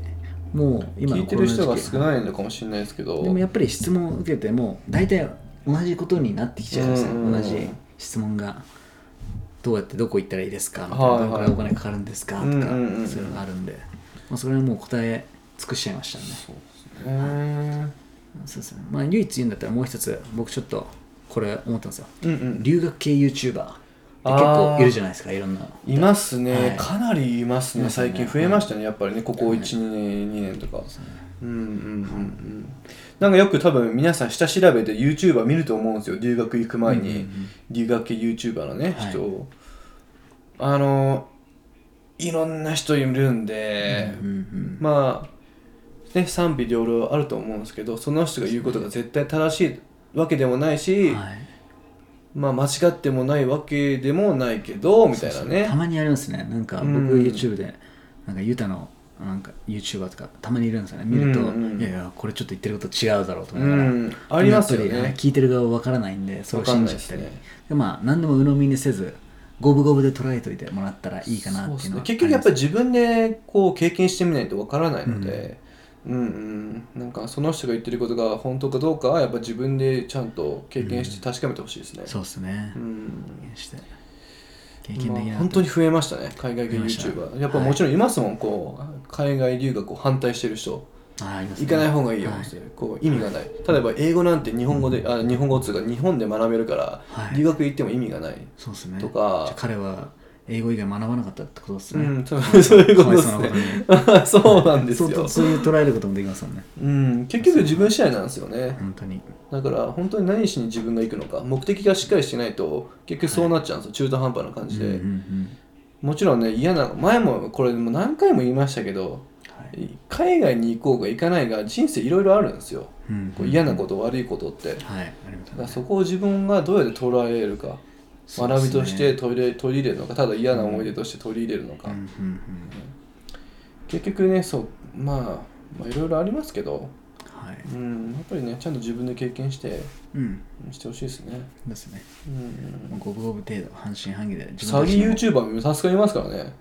Speaker 3: もう今
Speaker 4: 聞
Speaker 3: の
Speaker 4: いて
Speaker 3: こ
Speaker 4: る
Speaker 3: の
Speaker 4: 人が
Speaker 3: 時期
Speaker 4: 少ないのかもしれないですけど
Speaker 3: でもやっぱり質問を受けても大体同じことになってきちゃいますね、
Speaker 4: うんうんうん
Speaker 3: 同じ質問がどうやってどこ行ったらいいですかみたいな、
Speaker 4: はいはい
Speaker 3: どのくらいお金かかるんですかとか、
Speaker 4: うんうんうん
Speaker 3: そういうのがあるんで、まあ、それはもう答え尽くしちゃいましたね
Speaker 4: そうですね
Speaker 3: そうですねまあ唯一言うんだったらもう一つ僕ちょっとこれ思ったんですよ
Speaker 4: うんうん
Speaker 3: 留学系 YouTuber って
Speaker 4: あー
Speaker 3: 結構いるじゃないですかいろんない
Speaker 4: ますね、
Speaker 3: はい
Speaker 4: かなりいますね、
Speaker 3: ますね
Speaker 4: 最近増えましたね、やっぱりね、ここ1、2年、2年とか。うんうんうんうん。なんかよく多分皆さん、下調べで YouTuber 見ると思うんですよ、留学行く前に、留学系 YouTuber のね、
Speaker 3: はい
Speaker 4: 人を。あの、いろんな人いるんで、
Speaker 3: うんうん
Speaker 4: まあ、ね、賛否両論あると思うんですけど、その人が言うことが絶対正しいわけでもないし、
Speaker 3: はい
Speaker 4: まあ、間違ってもないわけでもないけど、みたいなね。
Speaker 3: たまにありますねなんか僕
Speaker 4: うん
Speaker 3: YouTube でなんかユタのなんか YouTuber とかたまにいるんですよね見ると、
Speaker 4: うんうん
Speaker 3: いやいやこれちょっと言ってること違うだろうと
Speaker 4: う
Speaker 3: 思いながら、
Speaker 4: ん、ありますよ
Speaker 3: でもやっぱり
Speaker 4: ね
Speaker 3: は。い聞いてる側は分からないんでそれを信じたり
Speaker 4: わかんない
Speaker 3: で
Speaker 4: ですね
Speaker 3: まあ何でも鵜呑みにせず五分五分で捉えといてもらったらいいかな
Speaker 4: そう
Speaker 3: っ
Speaker 4: で
Speaker 3: てい
Speaker 4: す
Speaker 3: うの
Speaker 4: ね
Speaker 3: は、
Speaker 4: 結局やっぱ
Speaker 3: り
Speaker 4: り自分でこう経験してみないとわからないので、うん、うんなんかその人が言ってることが本当かどうかはやっぱ自分でちゃんと経験して確かめてほしいですね。
Speaker 3: そうですね、
Speaker 4: うん
Speaker 3: して経験でき
Speaker 4: ま
Speaker 3: な
Speaker 4: あ
Speaker 3: かっ
Speaker 4: 本
Speaker 3: た
Speaker 4: 当に増えましたね、海外系
Speaker 3: 増えました
Speaker 4: YouTuber。やっぱもちろんいますもん、こう海外留学を反対してる人。
Speaker 3: ああります
Speaker 4: 行
Speaker 3: ね
Speaker 4: かない方がいいよ、
Speaker 3: は
Speaker 4: こう意味がない。例えば英語なんて日本語で、あ日本語っつうか日本で学べるから、
Speaker 3: はい
Speaker 4: 留学行っても意味がない。
Speaker 3: そうですね
Speaker 4: とか
Speaker 3: じゃあ彼は英語以外学ばなかったってことです
Speaker 4: う
Speaker 3: ね、
Speaker 4: ん、多分そういうことです
Speaker 3: かわい
Speaker 4: ね
Speaker 3: そうなこと に。
Speaker 4: そうなんです
Speaker 3: そう
Speaker 4: よ。
Speaker 3: そういう捉えることもできますもんね
Speaker 4: うん、結局自分次第なんですよね。
Speaker 3: 本当に
Speaker 4: だから本当に何しに自分が行くのか、目的がしっかりしてないと結局そうなっちゃうんですよ、中途半端な感じで。
Speaker 3: うんうんうん
Speaker 4: もちろんね、嫌な、前もこれもう何回も言いましたけど、
Speaker 3: はい
Speaker 4: 海外に行こうが行かないが人生いろいろあるんですよ。
Speaker 3: うん
Speaker 4: こう嫌なこと、悪いことって。だ
Speaker 3: はいありがとう
Speaker 4: か
Speaker 3: ございま
Speaker 4: ら
Speaker 3: す
Speaker 4: そこを自分がどうやって捉えるか、
Speaker 3: そうで
Speaker 4: 学
Speaker 3: すね
Speaker 4: びとして取り入れ取り入れるのか、ただ嫌な思い出として取り入れるのか。
Speaker 3: うんうんうん
Speaker 4: 結局ね、そう、まあ、まあいろいろありますけど、
Speaker 3: はい
Speaker 4: うん、やっぱりね、ちゃんと自分で経験して、
Speaker 3: うん
Speaker 4: してほしいですね。
Speaker 3: ですね
Speaker 4: うん、
Speaker 3: もう五分五分程度半信半疑で自
Speaker 4: 詐
Speaker 3: 分たち
Speaker 4: 欺
Speaker 3: の
Speaker 4: YouTuber も助かりますからね。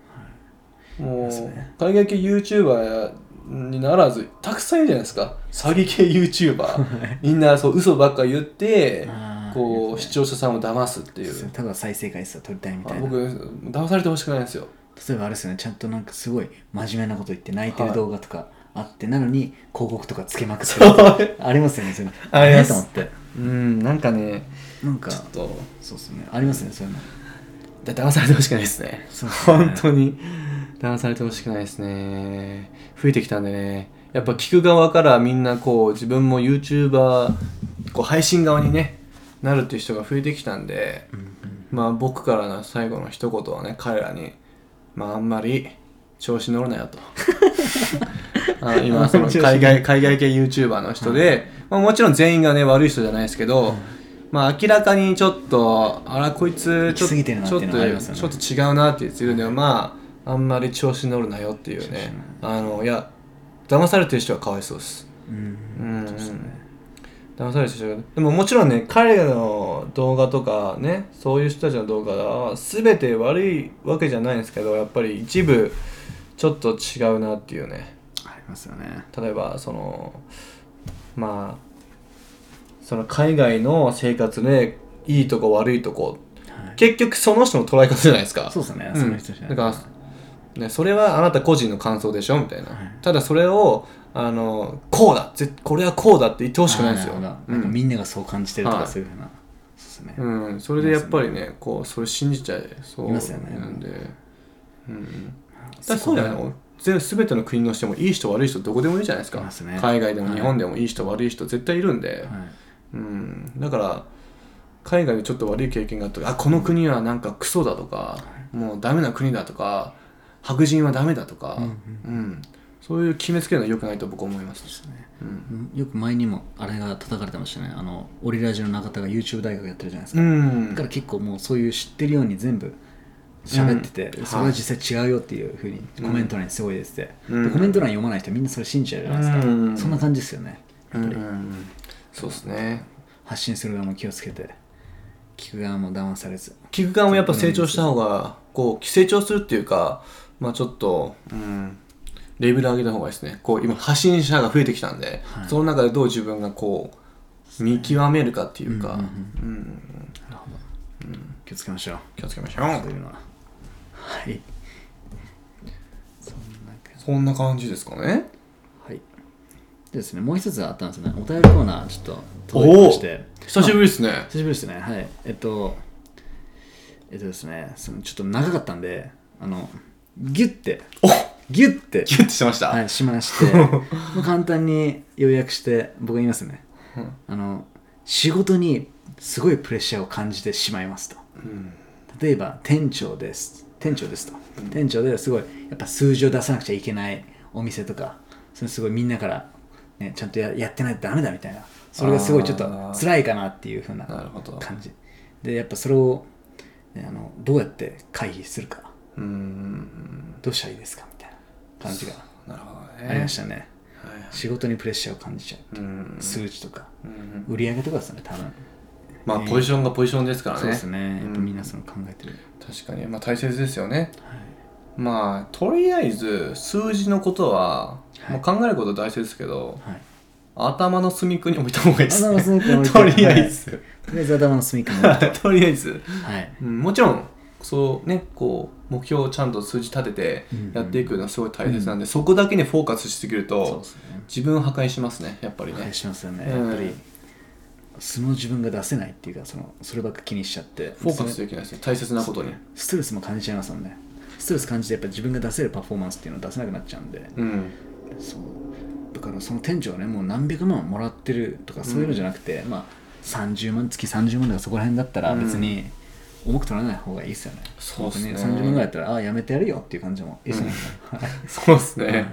Speaker 4: も
Speaker 3: す
Speaker 4: う、
Speaker 3: ね
Speaker 4: 海外系 YouTuber にならず、たくさんいるじゃないですか。詐欺系 YouTuber。みんなそう嘘ばっか言って
Speaker 3: あー、
Speaker 4: こ
Speaker 3: いいです
Speaker 4: う、
Speaker 3: ね
Speaker 4: 視聴者さんを騙すってい
Speaker 3: そう
Speaker 4: う。
Speaker 3: ただ再生回数を取りたいみ
Speaker 4: あ
Speaker 3: たいな
Speaker 4: 僕、騙されてほしくないんですよ。
Speaker 3: 例えばあれですよねちゃんとなんかすごい真面目なこと言って泣いて
Speaker 4: は
Speaker 3: る
Speaker 4: い
Speaker 3: 動画とかあって、なのに広告とかつけまくってるとか ありますよねそういうの
Speaker 4: あります
Speaker 3: えーと思っ
Speaker 4: うん、なんかね、
Speaker 3: てなんか
Speaker 4: ちょっと、
Speaker 3: そうですねありますねそういうの
Speaker 4: だ騙されてほしくないですね。
Speaker 3: そうですね
Speaker 4: 本当に騙されてほしくないですね増えてきたんでねやっぱ聞く側からみんなこう自分も YouTuber こう配信側にねなるっていう人が増えてきたんで、まあ僕からの最後の一言はね彼らにまああんまり調子乗るな よとあの今その海外海外系 YouTuber の人で、まあ、もちろん全員がね悪い人じゃないですけど、まあ明らかにちょっとあらこいつちょ
Speaker 3: 行き過ぎてるなっていうのはありますよね
Speaker 4: ちょっとちょっと違うなって言ってるのはまああんまり調子乗るなよっていうねあのいや騙されてる人はかわいそうです
Speaker 3: うん
Speaker 4: うん、騙されてる人はでももちろんね彼らの動画とかねそういう人たちの動画は全て悪いわけじゃないんですけどやっぱり一部ちょっと違うなっていうね
Speaker 3: ありますよね
Speaker 4: 例えばそのまあその海外の生活でいいとこ悪いとこ、
Speaker 3: はい
Speaker 4: 結局その人の捉え方じゃないですか
Speaker 3: そうですね
Speaker 4: ん
Speaker 3: その人じゃない
Speaker 4: だから、ね、それはあなた個人の感想でしょみたいな、ただそれをあのこうだぜこれはこうだって言ってほしくないんですよ、
Speaker 3: あーるほど
Speaker 4: う
Speaker 3: なんか
Speaker 4: ん
Speaker 3: みんながそう感じてるとか、
Speaker 4: はい
Speaker 3: そういうふうなそうですね、
Speaker 4: うん、それでやっぱりねこうそれ信じちゃいそう
Speaker 3: い
Speaker 4: な
Speaker 3: ますよね
Speaker 4: んで、うん、だからそうじゃないの全全ての国の人もいい人悪い人どこでもいいじゃないですか
Speaker 3: いますね
Speaker 4: 海外でも日本でもいい人悪い人絶対いるんで、うん、だから海外でちょっと悪い経験があったらあこの国はなんかクソだとかもうダメな国だとか白人はダメだとか、うんそういう決めつけるのは良くないと僕は思いますうん
Speaker 3: はい、よく前にもあれが叩かれてましたねあのオリラジの中田が YouTube 大学やってるじゃないですか、
Speaker 4: うん
Speaker 3: だから結構もうそういう知ってるように全部喋ってて、
Speaker 4: うん
Speaker 3: それは実際違うよっていうふうにコメント欄にすごい出てて、
Speaker 4: うん
Speaker 3: でコメント欄読まない人はみんなそれ信じちゃうじゃないですか、
Speaker 4: うん
Speaker 3: そんな感じですよね
Speaker 4: うんうんそうですね
Speaker 3: 発信する側も気をつけて聞く側も我慢されず
Speaker 4: 聞く側もやっぱ成長した方がこう成長するっていうかまあちょっと、うん、レベル上げた方がいいですねこう今発信者が増えてきたんで、その中でどう自分がこう見極めるかっていうか、
Speaker 3: 気をつけましょう
Speaker 4: 気をつけましょう
Speaker 3: というのははいそんな感じ
Speaker 4: そんな感じですかね
Speaker 3: はいでですねもう一つあったんですねお便りコーナーちょっと届きまして
Speaker 4: 久しぶりですね、
Speaker 3: 久しぶりですねはいえっとえっとですねそのちょっと長かったんであのギュッて
Speaker 4: お
Speaker 3: ギュッて
Speaker 4: キュッてしてました、
Speaker 3: はい、しま してもう簡単に要約して僕が言いますね、あの仕事にすごいプレッシャーを感じてしまいますと、例えば店長です店長ですと、店長ですごいやっぱ数字を出さなくちゃいけないお店とかそれすごいみんなから、ね、ちゃんとややってないとダメだみたいなそれがすごいちょっと辛いかなっていうふうな
Speaker 4: なるほど
Speaker 3: 感じでやっぱそれを、ねあのどうやって回避するか
Speaker 4: うーん
Speaker 3: どうしたらいいですかみたいな感じが
Speaker 4: なるほどね
Speaker 3: ありましたね、
Speaker 4: はいはい
Speaker 3: 仕事にプレッシャーを感じちゃう、
Speaker 4: うん
Speaker 3: 数値とか、
Speaker 4: うん
Speaker 3: 売り上げとかですね多分、
Speaker 4: まあポジションがポジションですからね
Speaker 3: そうですねやっぱ
Speaker 4: うん
Speaker 3: みんなその考えてる、
Speaker 4: 確かにまあ大切ですよね、まあとりあえず数字のことは、
Speaker 3: はい
Speaker 4: まあ、考えることは大切ですけど
Speaker 3: はい、
Speaker 4: 頭の隅っこに置いた方がいいです
Speaker 3: 頭の隅っこに置い
Speaker 4: ね
Speaker 3: て
Speaker 4: とりあえず、
Speaker 3: とりあえず頭の隅っこに置い て
Speaker 4: とりあえず、
Speaker 3: はい
Speaker 4: うん、もちろんそうねこう目標をちゃんと数字立てて
Speaker 3: ん
Speaker 4: やっていくのはすごい大切なんで、そこだけにフォーカスしすぎる
Speaker 3: そう
Speaker 4: と
Speaker 3: ですね
Speaker 4: 自分を破壊しますねやっぱりね、
Speaker 3: お願いしますよね、
Speaker 4: うん
Speaker 3: やっぱり素の自分が出せないっていうかそのそればっか気にしちゃって
Speaker 4: フォーカス
Speaker 3: それ
Speaker 4: できないですね大切なことに
Speaker 3: ストレスも感じちゃいますもんねストレス感じてやっぱ自分が出せるパフォーマンスっていうのを出せなくなっちゃうんで、
Speaker 4: うん
Speaker 3: そうだからその店長はねもう何百万もらってるとかそういうのじゃなくて、まあ30万月30万とかそこら辺だったら別に重く取らない方がいいですよね、
Speaker 4: そうっすね
Speaker 3: 本当に30万ぐらいだったらああやめてやるよっていう感じもいいですね、
Speaker 4: そうです ね、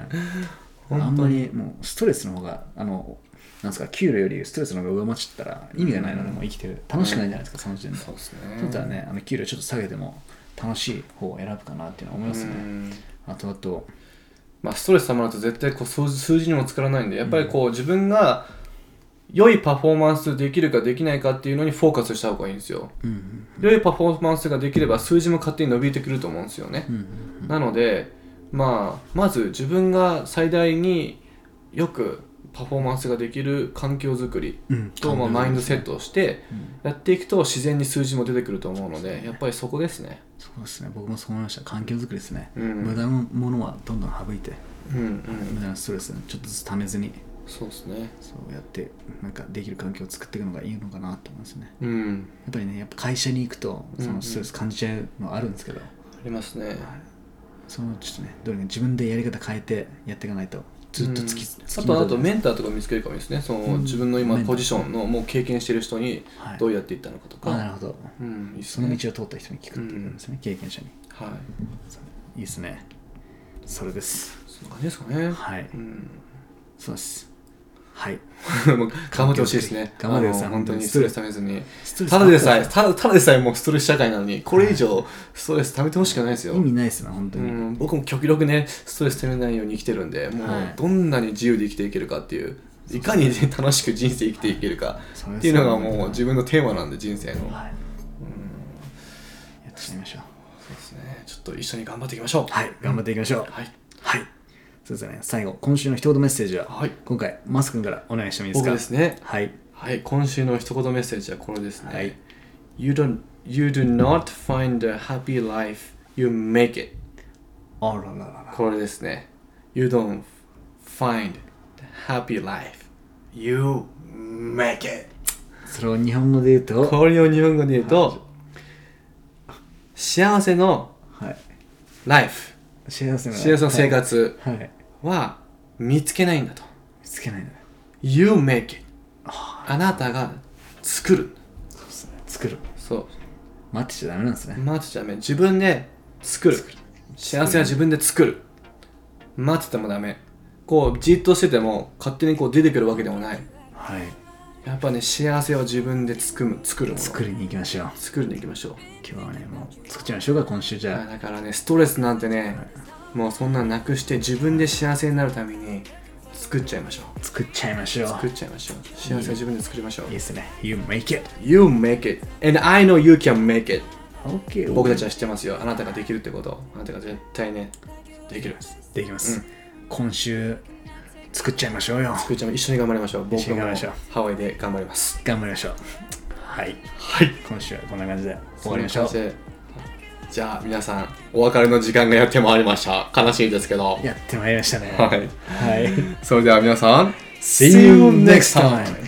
Speaker 3: はいあんまりもうストレスの方があのなんですか給料よりストレスの方が上回っちゃったら意味がないのでもう生きてる楽しくないじゃないですか、その時点で
Speaker 4: そうですね
Speaker 3: だったらねあの給料ちょっと下げても楽しい方を選ぶかなっていうのは思いますね、
Speaker 4: うん
Speaker 3: あとあと
Speaker 4: まあ、ストレス溜まると絶対こう数字数字にもつからないんでやっぱりこう自分が良いパフォーマンスできるかできないかっていうのにフォーカスした方がいいんですよ、良いパフォーマンスができれば数字も勝手に伸びてくると思うんですよね、なので、まあ、まず自分が最大によくパフォーマンスができる環境づくり
Speaker 3: うん
Speaker 4: と、まあ、マインドセットをしてやっていくと自然に数字も出てくると思うのでやっぱりそこですね、
Speaker 3: そうですね僕もそう思いました環境づくりですね、
Speaker 4: うん
Speaker 3: 無駄なものはどんどん省いて
Speaker 4: うんうん、
Speaker 3: 無駄なストレスをちょっとずつためずに
Speaker 4: そうですね
Speaker 3: そうやってなんかできる環境を作っていくのがいいのかなと思いますね
Speaker 4: うん
Speaker 3: やっぱりねやっぱ会社に行くとそのストレス感じちゃうのはあるんですけど、
Speaker 4: ありますね、
Speaker 3: そのちょっとねどれか自分でやり方変えてやっていかないとずっと突き、突き
Speaker 4: あとあと
Speaker 3: 目
Speaker 4: メンターとか見つけるかもいいですねその、自分の今ポジションのもう経験してる人に
Speaker 3: はい
Speaker 4: どうやっていったのかとか、
Speaker 3: あなるほど、
Speaker 4: うんいいっす
Speaker 3: その
Speaker 4: ね
Speaker 3: 道を通った人に聞くっていうことですね、経験者に
Speaker 4: はい
Speaker 3: いいですねそれです
Speaker 4: そんな感じですかね
Speaker 3: はい
Speaker 4: うん、
Speaker 3: そうですはい
Speaker 4: もう 頑張ってほしいですね
Speaker 3: 頑張ってください
Speaker 4: あの本当に
Speaker 3: 本
Speaker 4: スト
Speaker 3: 当に
Speaker 4: レス溜めずに
Speaker 3: ストレス
Speaker 4: ただでさえただただでさえもうストレス社会なのにこれ以上ストレス溜めてほしくないですよ、
Speaker 3: 意味ないですね本当
Speaker 4: う
Speaker 3: に、
Speaker 4: ん、僕も極力ねストレス溜めないように生きてるんでもう
Speaker 3: はい
Speaker 4: どんなに自由で生きていけるかっていういかに楽しく人生生きていけるか
Speaker 3: そうですね
Speaker 4: っていうのがもう自分のテーマなんで人生の、
Speaker 3: はい、やってしまいましょう
Speaker 4: そうですねちょっと一緒に頑張っていきましょう
Speaker 3: はい頑張っていきましょう
Speaker 4: はい
Speaker 3: はいそうですね最後今週の一言メッセージは、
Speaker 4: はい
Speaker 3: 今回マス君からお願いしてもいいです
Speaker 4: 僕
Speaker 3: か
Speaker 4: ですね
Speaker 3: はい
Speaker 4: はい今週の一言メッセージはこれですね、
Speaker 3: はい
Speaker 4: you, don't, you do not find a happy life you make it
Speaker 3: あらららら
Speaker 4: これですね You don't find the happy life you make it
Speaker 3: それを日本語で言うと
Speaker 4: これを日本語で言うと幸せの
Speaker 3: はい
Speaker 4: ライフ
Speaker 3: 幸せな
Speaker 4: 幸せの生活
Speaker 3: はい、はい、
Speaker 4: は見つけないんだと
Speaker 3: 見つけないんだね
Speaker 4: You make it あなたが作る
Speaker 3: そうですね作る
Speaker 4: そう
Speaker 3: 待ってちゃダメなんですね
Speaker 4: 待ってちゃダメ自分で作る幸せは自分で作る待っててもダメこうじっとしてても勝手にこう出てくるわけでもない
Speaker 3: はい
Speaker 4: やっぱね幸せは自分で作む作るもの
Speaker 3: 作りに行きましょう
Speaker 4: 作りに行きましょう
Speaker 3: 今日はねもう作っちゃいましょうか今週じ
Speaker 4: いや
Speaker 3: ゃ
Speaker 4: だからねストレスなんてねもうそんなんなくして自分で幸せになるために作っちゃいましょ
Speaker 3: あ作っちゃいましょう
Speaker 4: う作っちゃいましょう幸せは自分で作りましょう
Speaker 3: いいですね You make it
Speaker 4: You make it and I know you can make it
Speaker 3: OK
Speaker 4: 僕たちは知ってますよあなたができるってことあなたが絶対ねできる
Speaker 3: できます、今週作っちゃいましょうよ
Speaker 4: くーちゃんも一緒に頑張りましょう僕
Speaker 3: 一緒に
Speaker 4: も
Speaker 3: 頑張りましょう
Speaker 4: ハワイで頑張ります
Speaker 3: 頑張りましょうはい、はい、今週はこんな感じで終わりましょう
Speaker 4: そんな感じでじゃあ皆さんお別れの時間がやってまいりました悲しいですけど
Speaker 3: やってまいりましたね
Speaker 4: はい
Speaker 3: はい
Speaker 4: それでは皆さん
Speaker 3: See you next time